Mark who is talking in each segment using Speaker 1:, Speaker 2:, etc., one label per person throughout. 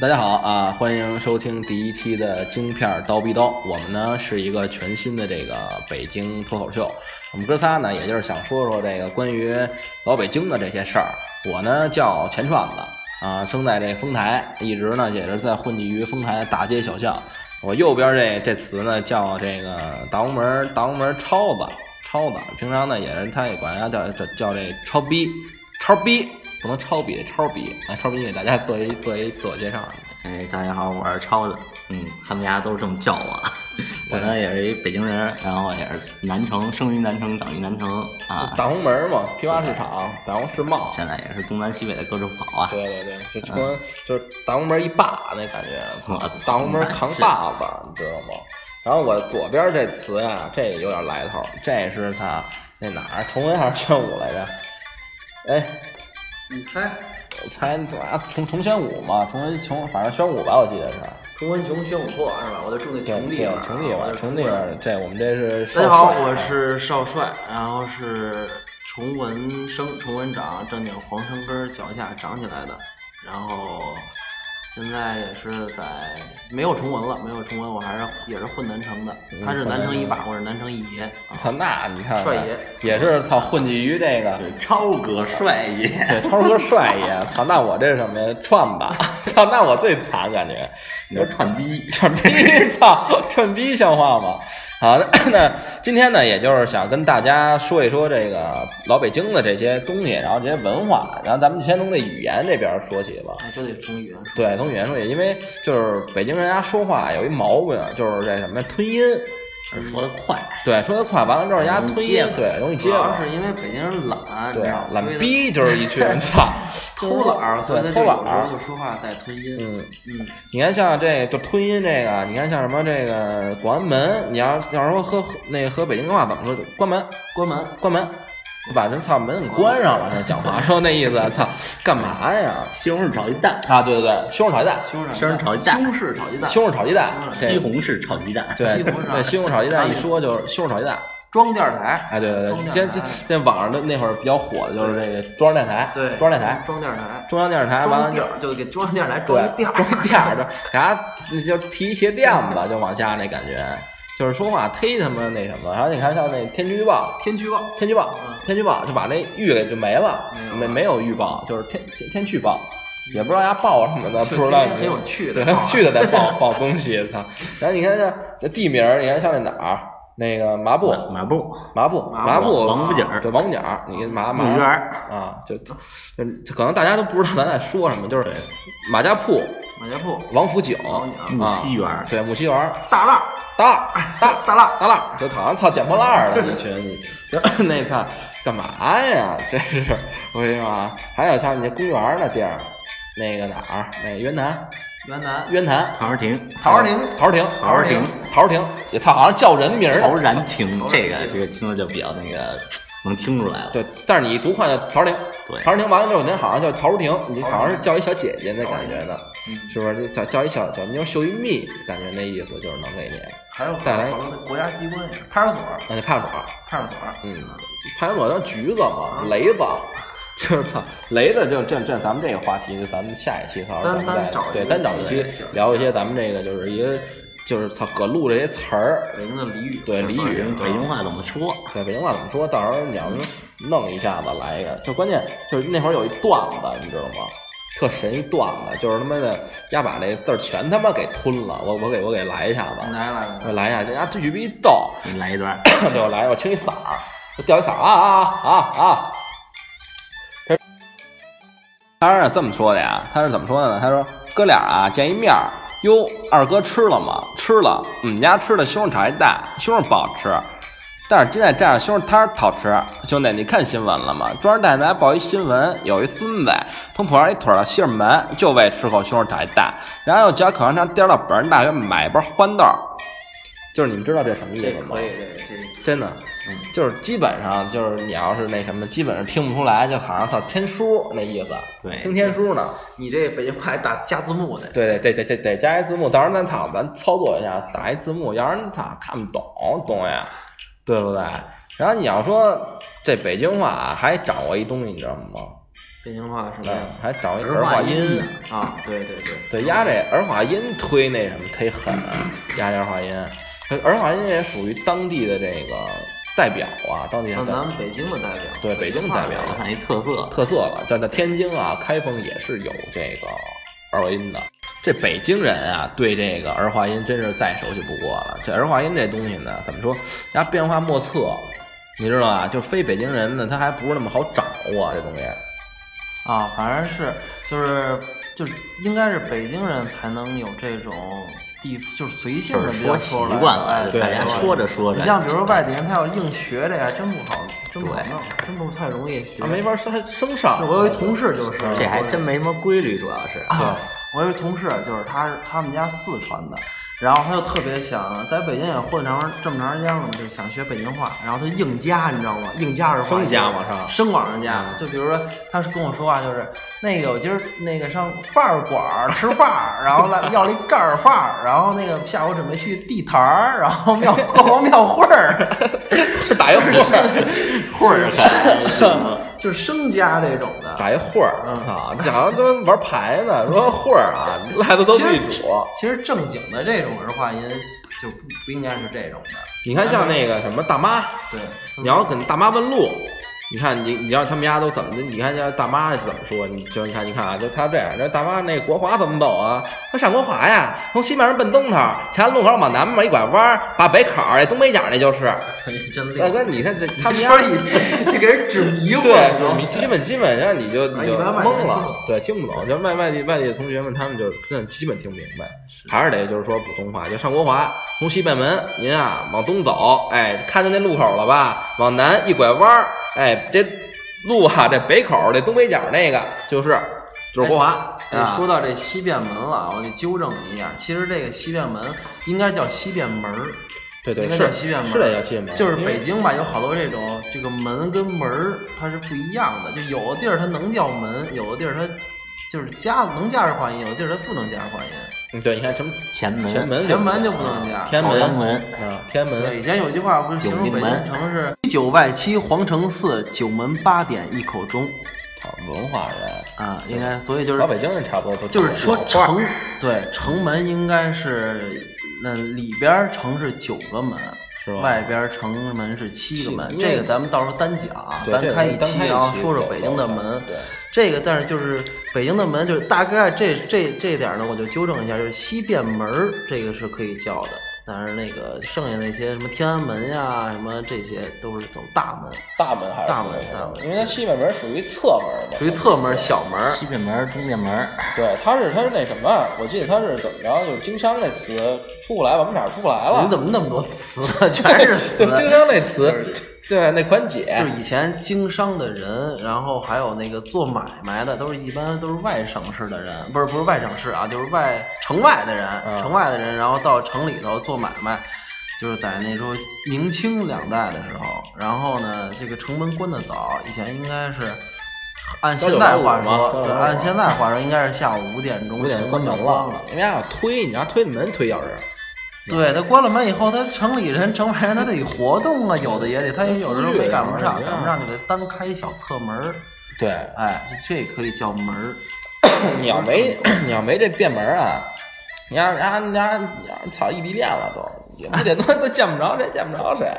Speaker 1: 大家好啊，欢迎收听第一期的京片儿刀逼刀。我们呢是一个全新的这个北京脱口秀，我们哥仨呢也就是想说说这个关于老北京的这些事儿。我呢叫钱串子啊，生在这丰台，一直呢也是在混迹于丰台大街小巷。我右边这这词呢叫这个大红门大红门超子超子，平常呢也是他也管人家叫叫叫这超逼超逼，不能超比超比啊，超逼给大家做一做一自我介绍。
Speaker 2: 哎，大家好，我是超子。嗯，他们家都这么 叫我。我呢也是一北京人，然后也是南城，生于南城，长于南城啊。
Speaker 1: 大红门嘛，批发市场，大红世贸，
Speaker 2: 现在也是东南西北的各处跑啊。
Speaker 1: 对对对，就成就是大红门一霸那感觉，操
Speaker 2: 我
Speaker 1: 大红门扛把子，你知道吗？然后我左边这词呀，这有点来头，这是他那哪儿崇文还是宣武来着？哎，
Speaker 3: 你猜，
Speaker 1: 我猜啊，崇崇宣武嘛，崇文崇，反正宣武吧，我记得是。
Speaker 3: 崇文穷，宣武破是吧？我就住那
Speaker 1: 对
Speaker 3: 穷地
Speaker 1: 对
Speaker 3: 方，，
Speaker 1: 崇地
Speaker 3: 我
Speaker 1: 方，
Speaker 3: 就住
Speaker 1: 崇地
Speaker 3: 那儿
Speaker 1: 方，这我们这是少
Speaker 3: 大家好，
Speaker 1: 帅
Speaker 3: 我是少帅，然后是崇文生，崇文长，正经皇城根儿脚下长起来的，然后现在也是在没有崇文了，没有崇文，我还是也是混南城的，
Speaker 1: 嗯
Speaker 3: 他是南城一霸，我是南城一爷啊。
Speaker 1: 操，那你看看
Speaker 3: 帅爷
Speaker 1: 也是操混迹于这个。
Speaker 2: 对，超哥帅爷。
Speaker 1: 对，超哥帅爷，操！那我这是什么呀？串吧， 操！那我最惨，感觉
Speaker 2: 你说串逼，
Speaker 1: 串逼，操！串逼像话吗？好，那那今天呢，也就是想跟大家说一说这个老北京的这些东西，然后这些文化，然后咱们先从这语言这边说起吧。
Speaker 3: 哎，就得从语言说，
Speaker 1: 对，从语言说起，因为就是北京人家说话有一毛病，就是这什么呀吞音。
Speaker 2: 说的快，
Speaker 1: 对，说的快，完了之后人家吞音
Speaker 2: 容易
Speaker 1: 对，容易结
Speaker 2: 结巴，
Speaker 3: 主要
Speaker 1: 巴。
Speaker 3: 是因为北京人懒，
Speaker 1: 对
Speaker 3: 你知道，吗
Speaker 1: 懒，逼就是一群，操，
Speaker 3: 所 以他偷懒儿，所以他
Speaker 1: 对，
Speaker 3: 就
Speaker 1: 偷懒
Speaker 3: 有时候
Speaker 1: 儿。
Speaker 3: 就说话带吞音。
Speaker 1: 嗯，
Speaker 3: 嗯，
Speaker 1: 你看像这就吞音这个，你看像什么这个广安门，你要要说喝那喝北京话怎么说？关门，
Speaker 3: 关门。
Speaker 1: 关门，把这操门给关上了。这讲话 说那意思，操，干嘛呀？
Speaker 2: 西红柿炒鸡蛋，
Speaker 1: 啊，对对对，西红柿炒鸡蛋，
Speaker 3: 西红
Speaker 2: 西红柿炒鸡蛋
Speaker 3: 西红柿炒鸡蛋，
Speaker 1: 西红柿炒鸡蛋，
Speaker 2: 西
Speaker 1: 这
Speaker 2: 红柿炒鸡蛋。
Speaker 1: 对
Speaker 3: 西红柿
Speaker 1: 对西红柿炒鸡蛋一说就是西红柿炒鸡蛋。
Speaker 3: 装电台，
Speaker 1: 哎，对对对，
Speaker 3: 啊中
Speaker 1: 现
Speaker 3: 电
Speaker 1: 在
Speaker 3: 台
Speaker 1: 现在网上的那会儿比较火的就是这个中央电台，
Speaker 3: 对，
Speaker 1: 中央电台，
Speaker 3: 装电台，
Speaker 1: 中央电视台，完了
Speaker 3: 装
Speaker 1: 就
Speaker 3: 地儿就给中央电台
Speaker 1: 对
Speaker 3: 装一，垫儿，
Speaker 1: 装垫儿，就给他那就提鞋垫子就往下那感觉，就是说话忒他妈那什么。然后你看像那天气预报，
Speaker 3: 天气预报，
Speaker 1: 天气预报
Speaker 3: 嗯，
Speaker 1: 天气预报就把那预给就没了，
Speaker 3: 没有了嗯
Speaker 1: 没没有预报，就是天天天气预报，也不知道家报什么的，不知道
Speaker 3: 天天很有趣的
Speaker 1: 对，
Speaker 3: 报
Speaker 1: 去的在报报东西，操！然后你看像这地名儿，你看像那哪儿，那个麻布。
Speaker 2: 马步，
Speaker 1: 麻布，麻
Speaker 3: 麻布
Speaker 1: 布，
Speaker 2: 王府井儿
Speaker 1: 对，王府井儿，你跟麻麻
Speaker 2: 墓园儿
Speaker 1: 啊，就就就可能大家都不知道咱在说什么，就是
Speaker 2: 对
Speaker 1: 马家铺、
Speaker 3: 马家铺，
Speaker 1: 王府井、
Speaker 3: 王府井
Speaker 2: 木
Speaker 1: 啊
Speaker 2: 樨园儿
Speaker 1: 对，木樨园儿、
Speaker 3: 大浪，
Speaker 1: 大辣大
Speaker 3: 大浪，
Speaker 1: 大辣，就好像操捡破烂儿的一群，你就 那操干嘛呀？真是我跟你说啊，还有像你这公园儿那地儿，那个哪儿，那个渊潭，
Speaker 3: 元南，
Speaker 1: 渊潭，
Speaker 2: 陶然亭，
Speaker 3: 桃儿亭，
Speaker 1: 桃儿亭，
Speaker 2: 陶然亭，
Speaker 1: 桃儿亭，也操，好像叫人名儿呢
Speaker 2: 陶然亭，
Speaker 3: 陶然亭
Speaker 2: 这个这个听着就比较那个能听出来了。
Speaker 1: 对，但是你一读换叫桃儿亭，
Speaker 2: 对
Speaker 1: 桃儿亭完了之后，您好像叫桃儿亭，你好像是叫一小姐姐那
Speaker 3: 桃儿
Speaker 1: 感
Speaker 3: 亭
Speaker 1: 觉的，
Speaker 3: 嗯
Speaker 1: 是不是？叫叫一小小妞秀一蜜，感觉那意嗯思就是能给你。
Speaker 3: 还有
Speaker 1: 带来
Speaker 3: 好多国家机关也是，派出所，
Speaker 1: 那就派出所，
Speaker 3: 派出所，
Speaker 1: 嗯，派出所叫橘子嘛，雷子， 就是操，雷子就这这咱们这个话题，就咱们下一期好像咱
Speaker 3: 单
Speaker 1: 们再
Speaker 3: 单找一
Speaker 1: 对
Speaker 3: 个
Speaker 1: 单找一
Speaker 3: 一
Speaker 1: 期
Speaker 3: 个小
Speaker 1: 聊一些咱们这个就是一个就是操葛路这些词儿，
Speaker 3: 北京的俚语，
Speaker 1: 对俚语
Speaker 2: 北京话怎么说？
Speaker 1: 对北京话怎么说？到时候你要是弄一下子来一个，就关键就是那会儿有一段子，你知道吗？特神一段子，就是他妈的丫把那字儿全他妈给吞了，我我给我给来一下子，
Speaker 3: 嗯来来
Speaker 1: 我来
Speaker 3: 来，
Speaker 1: 一下，这丫这句逼逗，
Speaker 2: 你来一段。
Speaker 1: 对我来，我清一嗓儿，我吊一嗓儿啊啊啊啊啊！他他是这么说的呀，他是怎么说的呢？他说哥俩啊见一面儿，哟，二哥吃了吗？吃了，我们家吃的西红柿炒鸡蛋，西红柿不好吃。但是今天蘸上西红柿摊儿好吃，兄弟，你看新闻了吗？中央电台报一新闻，有一孙子从普上一腿儿到西直门，就为吃口西红柿炒鸡蛋，然后又脚口香糖颠到北京大学买一包欢豆儿，就是你们知道这什么意
Speaker 3: 这
Speaker 1: 思吗
Speaker 3: 可？以，这这
Speaker 1: 真的，就是基本上就是你要是那什么，基本上听不出来，就好像操天书那意思，
Speaker 2: 对
Speaker 1: 听天书呢，
Speaker 3: 你这北京话还打加字幕的，
Speaker 1: 对对，得得得得加一字幕，到时候咱操咱操作一下，打一字幕，要不然操看不懂东西，对不对？然后你要说这北京话啊还掌握一东西，你知道吗？
Speaker 3: 北京话什么
Speaker 1: 嗯
Speaker 3: 呀？
Speaker 1: 还找一
Speaker 2: 儿
Speaker 1: 儿化
Speaker 2: 音
Speaker 1: 音
Speaker 2: 呢，
Speaker 3: 啊，对对对，
Speaker 1: 对，压这儿化音忒那什么，忒狠了、压这儿化音，儿化音也属于当地的这个代表啊，当地的
Speaker 3: 算
Speaker 1: 代
Speaker 3: 咱们北京的代表，
Speaker 1: 对北京代表
Speaker 3: 北
Speaker 2: 也
Speaker 3: 话
Speaker 2: 算一特色。
Speaker 1: 特色了。但在天津啊，开封也是有这个儿化音的。这北京人啊，对这个儿化音真是再熟悉不过了。这儿化音这东西呢，怎么说？它变化莫测，你知道吧？就是非北京人呢，他还不是那么好掌握这东西。
Speaker 3: 嗯啊，反正是就是就是应该是北京人才能有这种地，就是随性
Speaker 2: 就
Speaker 3: 的
Speaker 2: 是说习惯了，
Speaker 1: 对
Speaker 2: 大家说着说
Speaker 3: 哎你
Speaker 2: 着，
Speaker 3: 像比如说外地人，他要硬学这，还真不好，真不好弄，真不太容易
Speaker 1: 啊
Speaker 3: 学。
Speaker 1: 他没法说，他生上。
Speaker 3: 就我有一同事就是，
Speaker 2: 啊这还真没什么规律，主要是
Speaker 3: 啊，我有一同事就是他是他们家四川的，然后他就特别想在北京也混长这么长时间了嘛，就想学北京话，然后他硬加，你知道吗？硬加是
Speaker 1: 生加往上
Speaker 3: 生往上加。就比如说，他是跟我说话就是那个我今儿那个上饭儿馆儿吃饭儿，然后来要了一盖儿饭儿，然后那个下午准备去地坛儿，然后庙逛逛庙会儿。
Speaker 1: 打一会儿，
Speaker 2: 会儿 还行。
Speaker 3: 就是生加这种的。
Speaker 1: 打一会儿，我操！这好像都玩牌呢，说会儿啊，赖的都地主。
Speaker 3: 其实正经的这种儿化音就不不应该是这种的。
Speaker 1: 你看像那个什么大妈，
Speaker 3: 对，
Speaker 1: 你要跟大妈问路，你看你你让他们家都怎么？你看家大妈是怎么说？你就你看你看啊，就她这样，这大妈那国华怎么走啊？那上国华呀，从西面儿奔东头，前路口往南面一拐弯儿，把北口儿那东北角那就是。
Speaker 3: 真
Speaker 1: 大
Speaker 3: 厉
Speaker 1: 哥，
Speaker 3: 害。
Speaker 1: 你看这 他们
Speaker 3: 哎你
Speaker 1: 家
Speaker 3: 说 你你给人指迷糊
Speaker 1: 对
Speaker 3: 了，
Speaker 1: 就是
Speaker 3: 都
Speaker 1: 你 基本基本上你就
Speaker 3: 啊
Speaker 1: 你就
Speaker 3: 一般外地人
Speaker 1: 懵
Speaker 3: 听不
Speaker 1: 了
Speaker 3: 懂，
Speaker 1: 对，听不懂。就外外地外地的同学们，他们就真的基本听不明白，还是得就是说普通话。就上国华，从西便门，您啊往东走，哎，看见那路口了吧？往南一拐弯儿，哎，这路啊，这北口这东北角那个就是就是国华。
Speaker 3: 哎
Speaker 1: 啊
Speaker 3: 说到这西便门了，我得纠正你一下，其实这个西便门应该叫西便门儿，
Speaker 1: 对对
Speaker 3: 应该
Speaker 1: 是
Speaker 3: 叫西便门儿
Speaker 1: 是得叫西便门儿，
Speaker 3: 就是
Speaker 1: 因为
Speaker 3: 北京吧，有好多这种这个门跟门儿它是不一样的，就有的地儿它能叫门，有的地儿它就是加能加上化音，有的地儿它不能加上化音。
Speaker 1: 嗯对，你看什么
Speaker 2: 前门，
Speaker 1: 前门
Speaker 3: 前门就不能加
Speaker 1: 天
Speaker 2: 朝阳
Speaker 1: 门
Speaker 2: 门，
Speaker 1: 啊天
Speaker 3: 对，
Speaker 1: 门
Speaker 3: 以前有句话不是形容
Speaker 2: 永
Speaker 3: 北
Speaker 2: 定门
Speaker 3: 京城是“九外七皇城四，九门八点一口钟
Speaker 1: 操文化人，”
Speaker 3: 啊，应该所以就是
Speaker 1: 老北京人差不多都
Speaker 3: 就是说
Speaker 1: 老话儿
Speaker 3: 城对城门应该是那里边儿城是九个门，
Speaker 1: 是吧
Speaker 3: 外边儿城门是七个
Speaker 1: 七，
Speaker 3: 门这个咱们到时候单讲，啊
Speaker 1: 对
Speaker 3: 单开
Speaker 1: 这个单开一
Speaker 3: 期，然后
Speaker 1: 期
Speaker 3: 说说
Speaker 1: 走
Speaker 3: 北京的
Speaker 1: 走
Speaker 3: 门
Speaker 1: 对。
Speaker 3: 这个但是就是北京的门，就是大概这这这点儿呢，我就纠正一下，就是西便门儿这个是可以叫的，但是那个剩下那些什么天安门呀，什么这些都是走大门，
Speaker 1: 大门还是
Speaker 3: 大门
Speaker 1: 属于
Speaker 3: 大门
Speaker 1: 因为它西北门属于侧门嘛，
Speaker 3: 属于侧门儿小门儿。
Speaker 2: 西便门、东便门，
Speaker 1: 对，它是它是那什么，啊我记得它是怎么着，就是经商那词出不来，我们哪儿出不来了？
Speaker 3: 你怎么那么多词啊？ 全 是词
Speaker 1: 啊就。经商那词，对那款解
Speaker 3: 就是以前经商的人，然后还有那个做买卖的，都是一般都是外省市的人，不是不是外省市啊，就是外城外的人，
Speaker 1: 嗯
Speaker 3: 城外的人，然后到城里头做买卖，就是在那时候明清两代的时候，然后呢，这个城门关的早，以前应该是。按现在话
Speaker 1: 朝九晚
Speaker 3: 说
Speaker 1: 五嘛，朝
Speaker 3: 对，
Speaker 1: 九晚五
Speaker 3: 按现在话说，应该是下午五点钟，
Speaker 1: 五点就关门
Speaker 3: 城关
Speaker 1: 了，因为还有推，你让推门推钥匙，
Speaker 3: 对他关了门以后，他城里人、城外人他得有活动啊，有的也得，他也有时候没赶
Speaker 1: 啊
Speaker 3: 不上，赶不上就得单开一小侧门儿，
Speaker 1: 对，
Speaker 3: 哎，这也可以叫门儿。
Speaker 1: 你要没 你要没这变门啊，你让人家人家人家操异地恋了都，五点多 都见不着谁，见不着谁，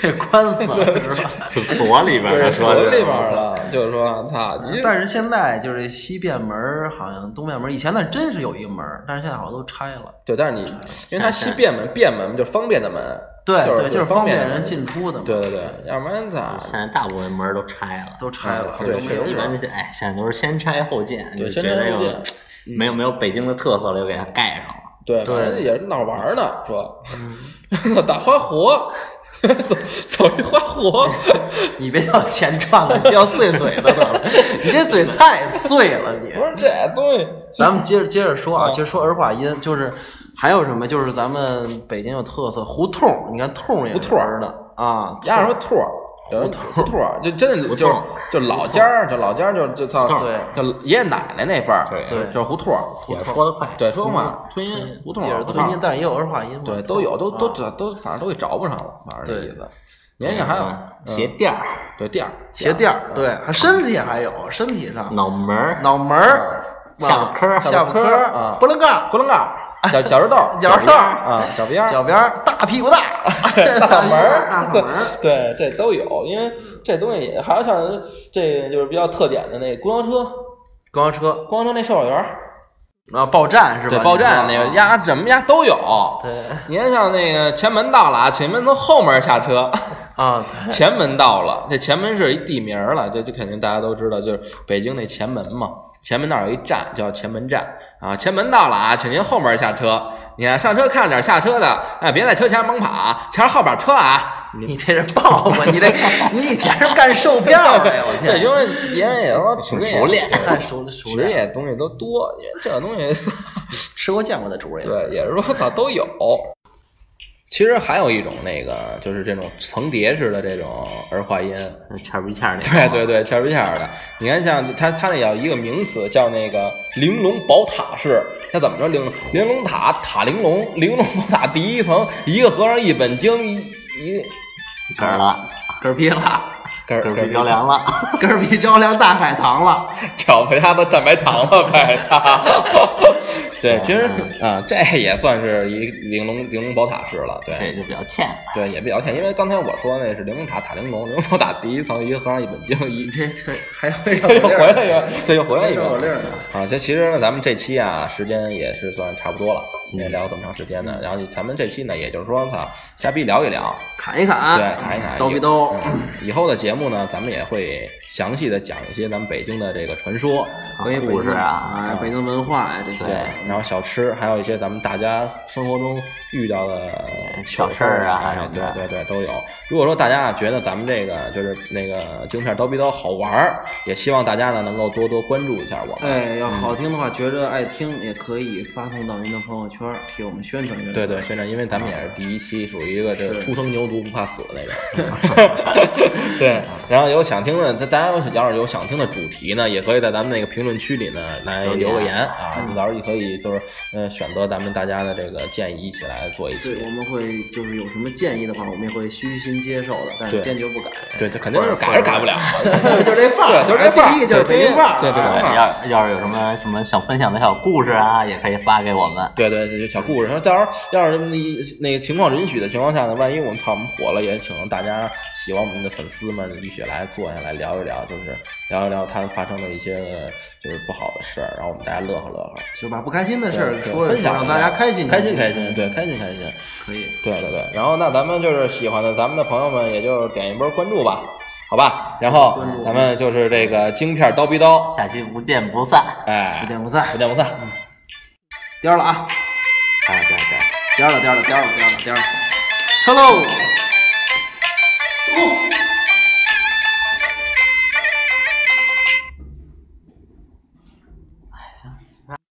Speaker 3: 这官司了 是吧？
Speaker 2: 锁里边儿，
Speaker 1: 锁里边儿。了，就是说操，你
Speaker 3: 但是现在就是这西便门儿，好像东便门儿，以前那真是有一个门儿，但是现在好像都拆了。
Speaker 1: 对，但是
Speaker 3: 哎
Speaker 1: 你因为它西便门，便门就是方便的门，
Speaker 3: 对
Speaker 1: 就是
Speaker 3: 对，就是
Speaker 1: 方
Speaker 3: 方
Speaker 1: 便
Speaker 3: 便
Speaker 1: 的
Speaker 3: 人
Speaker 1: 门
Speaker 3: 进出的嘛，
Speaker 1: 对对对，要不然咋？
Speaker 2: 现在大部分门儿都拆了，
Speaker 3: 都拆了，
Speaker 1: 嗯对
Speaker 3: 都没有
Speaker 1: 确
Speaker 2: 一
Speaker 1: 实
Speaker 3: 了。
Speaker 2: 般就哎，现在都是先拆后建，
Speaker 1: 对
Speaker 2: 就觉
Speaker 1: 先拆
Speaker 2: 得
Speaker 1: 后
Speaker 2: 有
Speaker 1: 建
Speaker 2: 没有没有北京的特色了，又给它盖上了。
Speaker 1: 对，
Speaker 3: 对嗯
Speaker 1: 反正也是闹玩儿呢，说 打花活，走走一花 活，
Speaker 3: 你别要钱赚了，就要碎嘴的得了，你这嘴太碎了，你
Speaker 1: 不。是这东西，
Speaker 3: 咱们接着接着说啊，接着说儿化音，就是还有什么？就是咱们北京有特色胡同儿，你看通儿也是
Speaker 1: 胡同儿
Speaker 3: 门儿的啊，
Speaker 1: 压着说兔儿。有人兔兔儿，就真的就是就老家儿，就老家儿就就操，
Speaker 2: 胡同
Speaker 3: 儿
Speaker 1: 就爷爷奶奶那辈儿，
Speaker 2: 对
Speaker 3: 对
Speaker 1: 就是胡同儿，
Speaker 2: 也说得快，嗯
Speaker 1: 对，说嘛，吞音胡同
Speaker 3: 嗯也
Speaker 1: 儿，
Speaker 3: 是
Speaker 1: 胡
Speaker 3: 吞
Speaker 1: 同
Speaker 3: 音，
Speaker 1: 儿，
Speaker 3: 但是也有儿化音嘛，
Speaker 1: 对，都有，都都这都反正都给找不上了，反正这
Speaker 3: 对
Speaker 1: 意思。年下还有嗯
Speaker 2: 鞋垫儿、
Speaker 1: 对垫儿嗯
Speaker 3: 鞋垫儿，对，还身体还有身体上
Speaker 2: 脑门儿、
Speaker 3: 脑门儿、
Speaker 2: 下巴颏儿
Speaker 3: 下巴
Speaker 1: 下巴颏
Speaker 3: 颏
Speaker 1: 儿
Speaker 3: 儿
Speaker 1: 啊、
Speaker 3: 波棱盖儿、
Speaker 1: 波棱盖儿、脚脚趾豆儿、
Speaker 3: 脚趾头儿、
Speaker 1: 啊、脚边儿、
Speaker 3: 脚边儿、大屁股蛋儿、 啊
Speaker 1: 大嗓门儿
Speaker 3: 大嗓门儿，
Speaker 1: 对，这都有，因为这东西也还有像这就是比较特点的那公交车，
Speaker 3: 公交车
Speaker 1: 公交车那售票员儿，
Speaker 3: 啊，报站是吧？
Speaker 1: 对，报站那个
Speaker 3: 你说啊
Speaker 1: 压什么压都有。
Speaker 3: 对
Speaker 1: 你看像那个前门到了啊，前门从后门下 车，
Speaker 3: 啊，对
Speaker 1: 前门到了，这前门是一地名儿了，这这肯定大家都知道，就是北京那前门嘛。前门那儿有一站叫前门站啊，前门到了啊，请您后门下车。你看上车看着点下车的，哎，别在车前猛跑啊，前后边车啊。
Speaker 3: 你这是报吧？你这你以前是干售票的呀？我
Speaker 1: 这
Speaker 3: 天，
Speaker 1: 因为因为也都
Speaker 2: 挺熟练
Speaker 3: 太熟熟
Speaker 1: 职
Speaker 3: 练，
Speaker 1: 业东西都多，因为这东西
Speaker 3: 吃过见过的主人。
Speaker 1: 对，也是说操都有。其实还有一种那个，就是这种层叠式的这种儿化音，
Speaker 2: 欠儿不欠儿那种
Speaker 1: 对对对，欠儿不欠儿的。你看像它它那有一个名词叫那个玲珑宝塔式，它怎么着玲玲珑塔塔玲珑，玲珑宝塔第一层，一个和尚一本经，一一
Speaker 2: 杆儿了，
Speaker 3: 嗝屁了，
Speaker 1: 根
Speaker 2: 根儿鼻着凉了，
Speaker 3: 嗝屁着凉大海棠了。
Speaker 1: 脚回家都蘸白糖了呗， 操！对，其实啊、这也算是一玲珑玲珑宝塔式了，对
Speaker 2: 这就比较欠。
Speaker 1: 对，也比较欠，因为刚才我说那是玲珑塔塔玲珑，玲珑宝塔第一层一个和尚一本经，一
Speaker 3: 你这这还会绕
Speaker 1: 这 又
Speaker 3: 口令
Speaker 1: 回
Speaker 3: 儿
Speaker 1: 来一 个，这又回来一
Speaker 3: 绕口
Speaker 1: 个。
Speaker 3: 令儿呢？
Speaker 1: 啊，这其实呢，咱们这期啊，时间也是算差不多了，
Speaker 2: 嗯
Speaker 1: 也聊这么长时间呢。然后咱们这期呢，也就是说，操，瞎逼聊一聊，
Speaker 3: 砍一
Speaker 2: 啊
Speaker 3: 砍，
Speaker 1: 对，砍一砍，
Speaker 3: 兜一兜。
Speaker 1: 嗯以后的节目呢，咱们也会详细的讲一些咱们北京的这个传说，
Speaker 3: 关于北京
Speaker 2: 故事啊，
Speaker 3: 哎北京文化呀这些。
Speaker 1: 嗯对，然后小吃，还有一些咱们大家生活中遇到的
Speaker 2: 小事儿啊
Speaker 1: 哎
Speaker 2: 什么
Speaker 1: 对
Speaker 2: 的
Speaker 1: 对对都有。如果说大家觉得咱们这个就是那个京片儿刀逼刀好玩儿，也希望大家呢能够多多关注一下我们。
Speaker 3: 哎，要好听的话，觉着爱听，也可以发送到您的朋友圈，替我们宣传宣传。
Speaker 1: 对对，宣传，因为咱们也是第一期，属于一个这个
Speaker 3: 是
Speaker 1: 初生牛犊不怕死的那种。对，然后有想听的，大家要是有想听的主题呢，也可以在咱们那个评论区里呢来
Speaker 2: 留
Speaker 1: 留个
Speaker 2: 言
Speaker 1: 言啊，你到时候也可以就是呃选择咱们大家的这个建议一起来做一期。
Speaker 3: 对，我们会就是有什么建议的话，我们也会虚心接受的，但是
Speaker 1: 对
Speaker 3: 坚决不改。
Speaker 1: 对，这肯定是改是改不了，
Speaker 3: 就这范儿，
Speaker 1: 对就是这范儿
Speaker 3: 第一就是北京范儿，
Speaker 1: 对对对对
Speaker 3: 啊
Speaker 2: 哎要要是有什么什么想分享的小故事啊，也可以发给我们。
Speaker 1: 对对，这就小故事。然后到时候要是你那个情况允许的情况下呢，万一我们操我们火了，也请大家喜欢我们的粉丝们一起来坐下来聊一聊，就是聊一聊他发生的一些呃就是不好的事儿，然后我们大家乐呵乐呵。
Speaker 3: 就把不开心的事
Speaker 1: 对
Speaker 3: 儿
Speaker 1: 对
Speaker 3: 说一
Speaker 1: 分
Speaker 3: 说，
Speaker 1: 享一
Speaker 3: 让
Speaker 1: 下
Speaker 3: 大家开心
Speaker 1: 开心开心，对，开心开心。
Speaker 3: 可以。
Speaker 1: 对对对，然后那咱们就是喜欢的咱们的朋友们，也就点一波关注吧，好吧？然后
Speaker 3: 关注
Speaker 1: 咱们就是这个京片儿刀逼刀，
Speaker 2: 下期不见不散。
Speaker 1: 哎，
Speaker 3: 不见不散
Speaker 1: 不见不散。
Speaker 3: 颠儿了啊，
Speaker 2: 哎，对对。
Speaker 3: 颠儿了，颠儿了，颠儿了，颠儿了，颠儿了，撤喽。哦